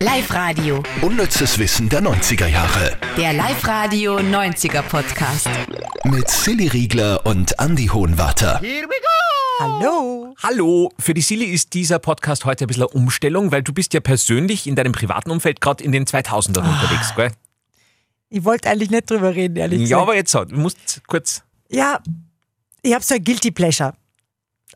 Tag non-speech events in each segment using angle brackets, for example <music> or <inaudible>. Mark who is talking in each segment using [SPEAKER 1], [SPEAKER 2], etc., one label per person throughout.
[SPEAKER 1] Live-Radio.
[SPEAKER 2] Unnützes Wissen der 90er Jahre.
[SPEAKER 1] Der Live-Radio 90er Podcast.
[SPEAKER 2] Mit Silly Riegler und Andy Hohenwater.
[SPEAKER 3] Hallo.
[SPEAKER 4] Hallo, für die Silly ist dieser Podcast heute ein bisschen eine Umstellung, weil du bist ja persönlich in deinem privaten Umfeld gerade in den 2000ern
[SPEAKER 3] Ah,
[SPEAKER 4] unterwegs, gell?
[SPEAKER 3] Ich wollte eigentlich nicht drüber reden, ehrlich
[SPEAKER 4] Ja,
[SPEAKER 3] gesagt.
[SPEAKER 4] aber jetzt so, du musst kurz.
[SPEAKER 3] Ja, ich habe so ein Guilty Pleasure.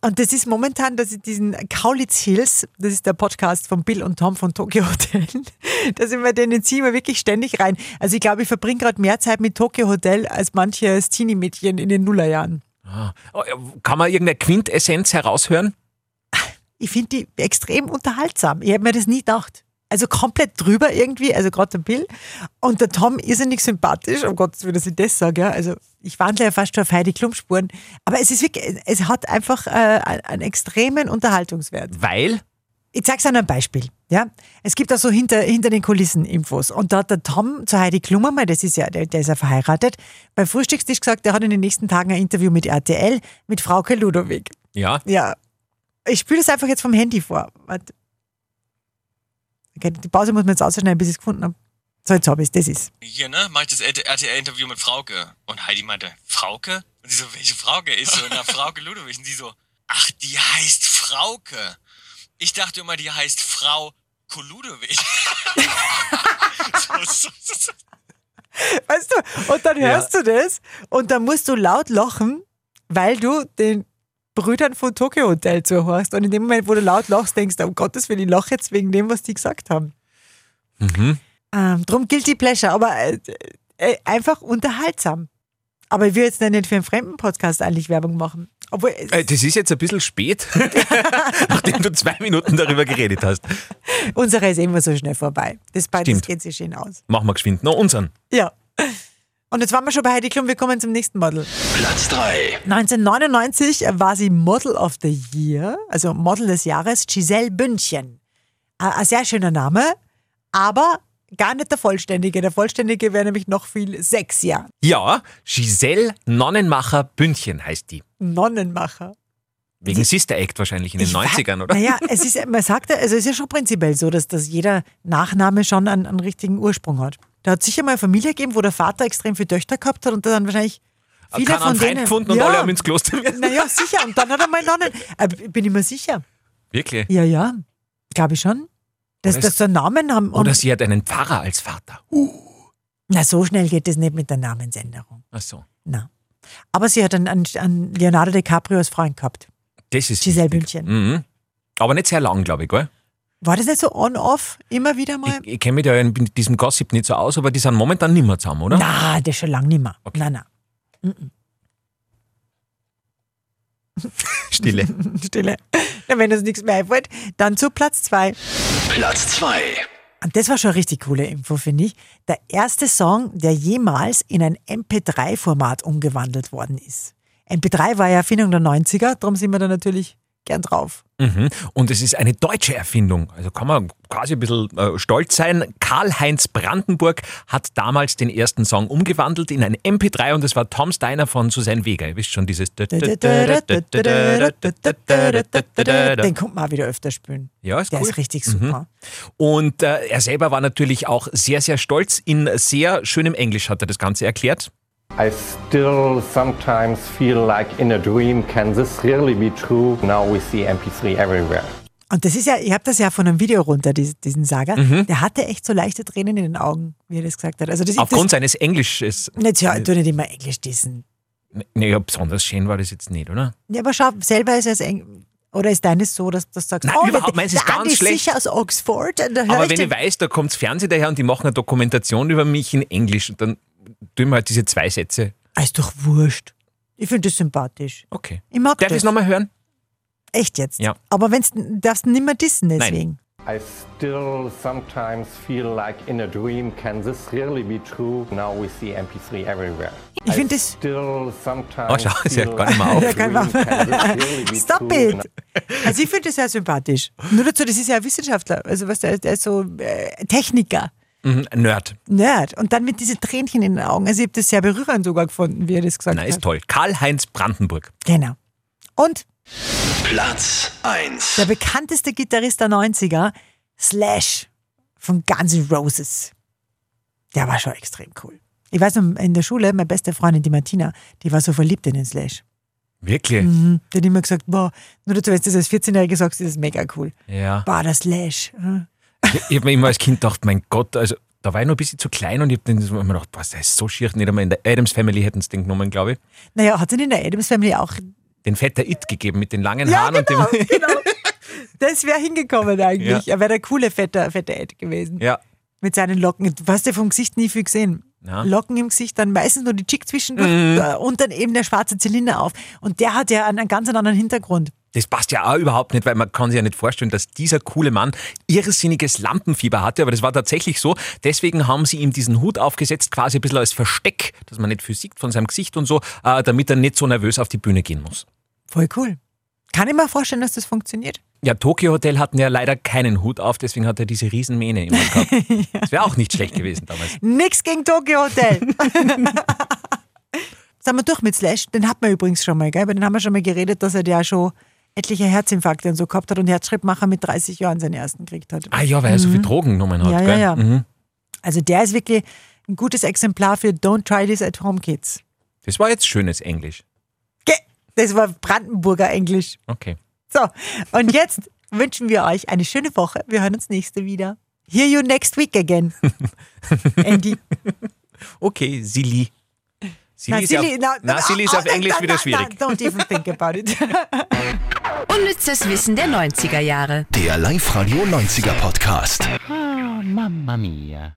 [SPEAKER 3] Und das ist momentan, dass ich diesen Kaulitz Hills, das ist der Podcast von Bill und Tom von Tokyo Hotel, <laughs> da sind wir den ziehen wir wirklich ständig rein. Also ich glaube, ich verbringe gerade mehr Zeit mit Tokyo Hotel als manches Teenie-Mädchen in den Nullerjahren.
[SPEAKER 4] Oh, ja, Kann man irgendeine Quintessenz heraushören?
[SPEAKER 3] Ich finde die extrem unterhaltsam. Ich hätte mir das nie gedacht. Also komplett drüber irgendwie, also gerade der Bill. Und der Tom irrsinnig sympathisch. Um Gottes Willen, dass ich das sage. Ja. Also ich wandle ja fast schon auf Heidi Klum-Spuren. Aber es ist wirklich, es hat einfach äh, einen extremen Unterhaltungswert.
[SPEAKER 4] Weil?
[SPEAKER 3] Ich zeig's an einem Beispiel. Ja, es gibt da so hinter, hinter den Kulissen Infos. Und da hat der Tom zu Heidi Klum einmal, das ist ja, der, der ist ja verheiratet, beim Frühstückstisch gesagt, der hat in den nächsten Tagen ein Interview mit RTL mit Frauke Ludowig.
[SPEAKER 4] Ja.
[SPEAKER 3] Ja. Ich spiele das einfach jetzt vom Handy vor. Warte. Okay, die Pause muss man jetzt ausschneiden, bis ich es gefunden habe. So, jetzt habe ich es, das ist. <laughs>
[SPEAKER 5] hier, ne, mach ich das RTL-Interview mit Frauke. Und Heidi meinte, Frauke? Und sie so, welche Frauke? Ich so, na, Frauke Ludwig. Und sie so, ach, die heißt Frauke. Ich dachte immer, die heißt Frau Koludewig. <laughs> so, so, so, so.
[SPEAKER 3] Weißt du? Und dann hörst du das und dann musst du laut lachen, weil du den Brüdern von Tokyo Hotel zuhörst. Und in dem Moment, wo du laut lachst, denkst du, um Gottes Willen, ich lache jetzt wegen dem, was die gesagt haben.
[SPEAKER 4] Mhm.
[SPEAKER 3] Ähm, drum gilt die Pleasure, aber äh, äh, einfach unterhaltsam. Aber ich will jetzt nicht für einen fremden Podcast eigentlich Werbung machen. Obwohl, es-
[SPEAKER 4] Äh, das ist jetzt ein bisschen spät, <laughs> nachdem du zwei Minuten darüber geredet hast.
[SPEAKER 3] Unsere ist immer so schnell vorbei. Das beides
[SPEAKER 4] Stimmt.
[SPEAKER 3] geht sich schön aus.
[SPEAKER 4] Machen wir geschwind noch unseren.
[SPEAKER 3] Ja. Und jetzt waren wir schon bei Heidi Klum, wir kommen zum nächsten Model.
[SPEAKER 2] Platz 3.
[SPEAKER 3] 1999 war sie Model of the Year, also Model des Jahres, Giselle Bündchen. Ein ein sehr schöner Name, aber gar nicht der vollständige. Der vollständige wäre nämlich noch viel sexier.
[SPEAKER 4] Ja, Giselle Nonnenmacher Bündchen heißt die.
[SPEAKER 3] Nonnenmacher.
[SPEAKER 4] Wegen Sister Act wahrscheinlich in den 90ern, oder?
[SPEAKER 3] Naja, es ist, man sagt ja, also es ist ja schon prinzipiell so, dass, dass jeder Nachname schon einen, einen richtigen Ursprung hat. Da hat sicher mal eine Familie gegeben, wo der Vater extrem viele Töchter gehabt hat und da dann wahrscheinlich viele
[SPEAKER 4] Keiner
[SPEAKER 3] von
[SPEAKER 4] einen Feind
[SPEAKER 3] denen.
[SPEAKER 4] gefunden und
[SPEAKER 3] ja,
[SPEAKER 4] alle haben ins Kloster.
[SPEAKER 3] <laughs> Naja, sicher. Und dann hat er mal Nonnen. Äh, Bin ich mir sicher.
[SPEAKER 4] Wirklich?
[SPEAKER 3] Ja, ja. Glaube ich schon. Dass,
[SPEAKER 4] Oder
[SPEAKER 3] dass
[SPEAKER 4] ist-
[SPEAKER 3] der Namen haben.
[SPEAKER 4] Oder
[SPEAKER 3] Und,
[SPEAKER 4] sie hat einen Pfarrer als Vater.
[SPEAKER 3] na, so schnell geht das nicht mit der Namensänderung.
[SPEAKER 4] Ach so.
[SPEAKER 3] Na. Aber sie hat einen, einen, einen Leonardo DiCaprio als Freund gehabt.
[SPEAKER 4] Das ist
[SPEAKER 3] Giselle Bündchen.
[SPEAKER 4] Mhm. Aber nicht sehr lang, glaube ich, gell?
[SPEAKER 3] War das nicht so on-off? Immer wieder mal?
[SPEAKER 4] Ich, ich kenne mich da in diesem Gossip nicht so aus, aber die sind momentan nimmer zusammen, oder?
[SPEAKER 3] Na, das schon lange nicht mehr. Nein, nein.
[SPEAKER 4] Stille.
[SPEAKER 3] Stille. Na, wenn uns nichts mehr einfällt, dann zu Platz zwei.
[SPEAKER 2] Platz 2.
[SPEAKER 3] Und das war schon eine richtig coole Info, finde ich. Der erste Song, der jemals in ein MP3-Format umgewandelt worden ist. MP3 war ja Erfindung der 90er, darum sind wir da natürlich gern drauf.
[SPEAKER 4] Mhm. Und es ist eine deutsche Erfindung. Also kann man quasi ein bisschen äh, stolz sein. Karl-Heinz Brandenburg hat damals den ersten Song umgewandelt in ein MP3 und es war Tom Steiner von Susanne Vega. Ihr wisst schon, dieses.
[SPEAKER 3] Den kommt man auch wieder öfter spielen.
[SPEAKER 4] Ja, ist
[SPEAKER 3] Der
[SPEAKER 4] cool. Mhm.
[SPEAKER 3] ist richtig super.
[SPEAKER 4] Und äh, er selber war natürlich auch sehr, sehr stolz. In sehr schönem Englisch hat er das Ganze erklärt.
[SPEAKER 6] I still sometimes feel like in a dream. Can this really be true? Now we see MP3 everywhere.
[SPEAKER 3] Und das ist ja, ich habe das ja von einem Video runter, dies- diesen Saga.
[SPEAKER 4] Mhm.
[SPEAKER 3] Der hatte echt so leichte Tränen in den Augen, wie er das gesagt hat. Also das,
[SPEAKER 4] Aufgrund
[SPEAKER 3] das,
[SPEAKER 4] seines Englisches.
[SPEAKER 3] jetzt, ja, tu nicht immer Englisch diesen.
[SPEAKER 4] Naja, besonders schön war das jetzt nicht, oder?
[SPEAKER 3] Ja, aber schau, selber ist es eng. Oder ist deines so, dass, dass du sagst,
[SPEAKER 4] Nein,
[SPEAKER 3] oh,
[SPEAKER 4] überhaupt,
[SPEAKER 3] der,
[SPEAKER 4] meins ist
[SPEAKER 3] der
[SPEAKER 4] ganz
[SPEAKER 3] Andi
[SPEAKER 4] schlecht.
[SPEAKER 3] sicher aus Oxford. und Da hör
[SPEAKER 4] Aber
[SPEAKER 3] ich
[SPEAKER 4] wenn
[SPEAKER 3] den,
[SPEAKER 4] ich weiß, da kommt's Fernsehen daher und die machen eine Dokumentation über mich in Englisch und dann tun wir halt diese zwei Sätze.
[SPEAKER 3] Ah, ist doch wurscht. Ich finde das sympathisch.
[SPEAKER 4] Okay.
[SPEAKER 3] Ich mag
[SPEAKER 4] Darf ich
[SPEAKER 3] das.
[SPEAKER 4] es nochmal hören?
[SPEAKER 3] Echt jetzt.
[SPEAKER 4] Ja.
[SPEAKER 3] Aber wenn's, darfst du nicht mehr dissen deswegen.
[SPEAKER 6] I still sometimes feel like in a dream. Can this really be true? Now we see MP3 everywhere.
[SPEAKER 3] Ich finde
[SPEAKER 6] I
[SPEAKER 3] das-
[SPEAKER 6] still sometimes
[SPEAKER 4] Oh, schau, es
[SPEAKER 6] feel
[SPEAKER 4] hört gar nicht mehr auf.
[SPEAKER 6] like in a
[SPEAKER 3] Hört gar nicht mehr
[SPEAKER 6] dream. Can this really genau. be
[SPEAKER 3] Stop
[SPEAKER 6] true?
[SPEAKER 3] it! Also ich finde das sehr sympathisch. Nur dazu, das ist ja ein Wissenschaftler. Also was der, der ist so äh, Techniker,
[SPEAKER 4] Mhm, Nerd.
[SPEAKER 3] Nerd. Und dann mit diesen Tränchen in den Augen. Also ich habe das sehr berührend sogar gefunden, wie er das gesagt
[SPEAKER 4] Na,
[SPEAKER 3] hat.
[SPEAKER 4] ist toll. Karl-Heinz Brandenburg.
[SPEAKER 3] Genau. Und
[SPEAKER 2] Platz 1.
[SPEAKER 3] Der bekannteste Gitarrist der 90er, Slash, von Guns N' Roses. Der war schon extrem cool. Ich weiß noch, in der Schule, meine beste Freundin, die Martina, die war so verliebt in den Slash.
[SPEAKER 4] Wirklich?
[SPEAKER 3] Mhm. Die hat immer gesagt, boah, nur dazu, wenn du das als 14-Jährige sagst, ist das mega cool.
[SPEAKER 4] Ja.
[SPEAKER 3] Boah, der Slash. hm.
[SPEAKER 4] Ich, ich habe mir immer als Kind gedacht, mein Gott, also da war ich noch ein bisschen zu klein und ich habe mir gedacht, boah, der ist so schier. Nicht einmal in der Adams Family hätten sie den genommen, glaube ich.
[SPEAKER 3] Naja, hat es in der Adams Family auch.
[SPEAKER 4] Den Vetter It gegeben mit den langen
[SPEAKER 3] Ja,
[SPEAKER 4] Haaren
[SPEAKER 3] genau,
[SPEAKER 4] und dem.
[SPEAKER 3] genau. Das wäre hingekommen eigentlich. Er wäre der coole, fette, fette Ed gewesen.
[SPEAKER 4] <laughs> Ja.
[SPEAKER 3] Mit seinen Locken. Du hast ja vom Gesicht nie viel gesehen.
[SPEAKER 4] Na.
[SPEAKER 3] Locken im Gesicht, dann meistens nur die Chick zwischendurch äh, und dann eben der schwarze Zylinder auf. Und der hat ja einen, einen ganz anderen Hintergrund.
[SPEAKER 4] Das passt ja auch überhaupt nicht, weil man kann sich ja nicht vorstellen, dass dieser coole Mann irrsinniges Lampenfieber hatte, aber das war tatsächlich so. Deswegen haben sie ihm diesen Hut aufgesetzt, quasi ein bisschen als Versteck, dass man nicht viel sieht von seinem Gesicht und so, äh, damit er nicht so nervös auf die Bühne gehen muss.
[SPEAKER 3] Voll cool. Kann ich mir vorstellen, dass das funktioniert.
[SPEAKER 4] Ja, Tokyo Hotel hatten ja leider keinen Hut auf, deswegen hat er diese Riesenmähne immer gehabt.
[SPEAKER 3] <laughs>
[SPEAKER 4] Das wäre auch nicht schlecht gewesen damals.
[SPEAKER 3] Nix gegen Tokyo Hotel. Sind wir durch mit Slash? Den hat man übrigens schon mal, gell? Über den haben wir schon mal geredet, dass er ja schon etliche Herzinfarkte und so gehabt hat und Herzschrittmacher mit 30 Jahren seinen ersten gekriegt hat.
[SPEAKER 4] Ah ja, weil er so viel Drogen genommen hat,
[SPEAKER 3] Mhm. Ja, ja,
[SPEAKER 4] gell?
[SPEAKER 3] ja.
[SPEAKER 4] Mhm.
[SPEAKER 3] Also der ist wirklich ein gutes Exemplar für Don't Try This at Home Kids.
[SPEAKER 4] Das war jetzt schönes Englisch.
[SPEAKER 3] Geh! Das war Brandenburger Englisch.
[SPEAKER 4] Okay.
[SPEAKER 3] So, und jetzt wünschen wir euch eine schöne Woche. Wir hören uns nächste wieder. Hear you next week
[SPEAKER 4] <laughs>
[SPEAKER 3] again. Andy.
[SPEAKER 4] Okay, Silly. Silly ist
[SPEAKER 3] Silly,
[SPEAKER 4] auf,
[SPEAKER 3] na,
[SPEAKER 4] na,
[SPEAKER 3] na,
[SPEAKER 4] Silly ist
[SPEAKER 3] oh,
[SPEAKER 4] auf
[SPEAKER 3] na,
[SPEAKER 4] Englisch
[SPEAKER 3] na,
[SPEAKER 4] wieder
[SPEAKER 3] na,
[SPEAKER 4] schwierig.
[SPEAKER 3] na, Don't even think about it.
[SPEAKER 1] Unnützes Wissen der 90er Jahre.
[SPEAKER 2] Der Live-Radio 90er Podcast.
[SPEAKER 7] Ah, mamma mia.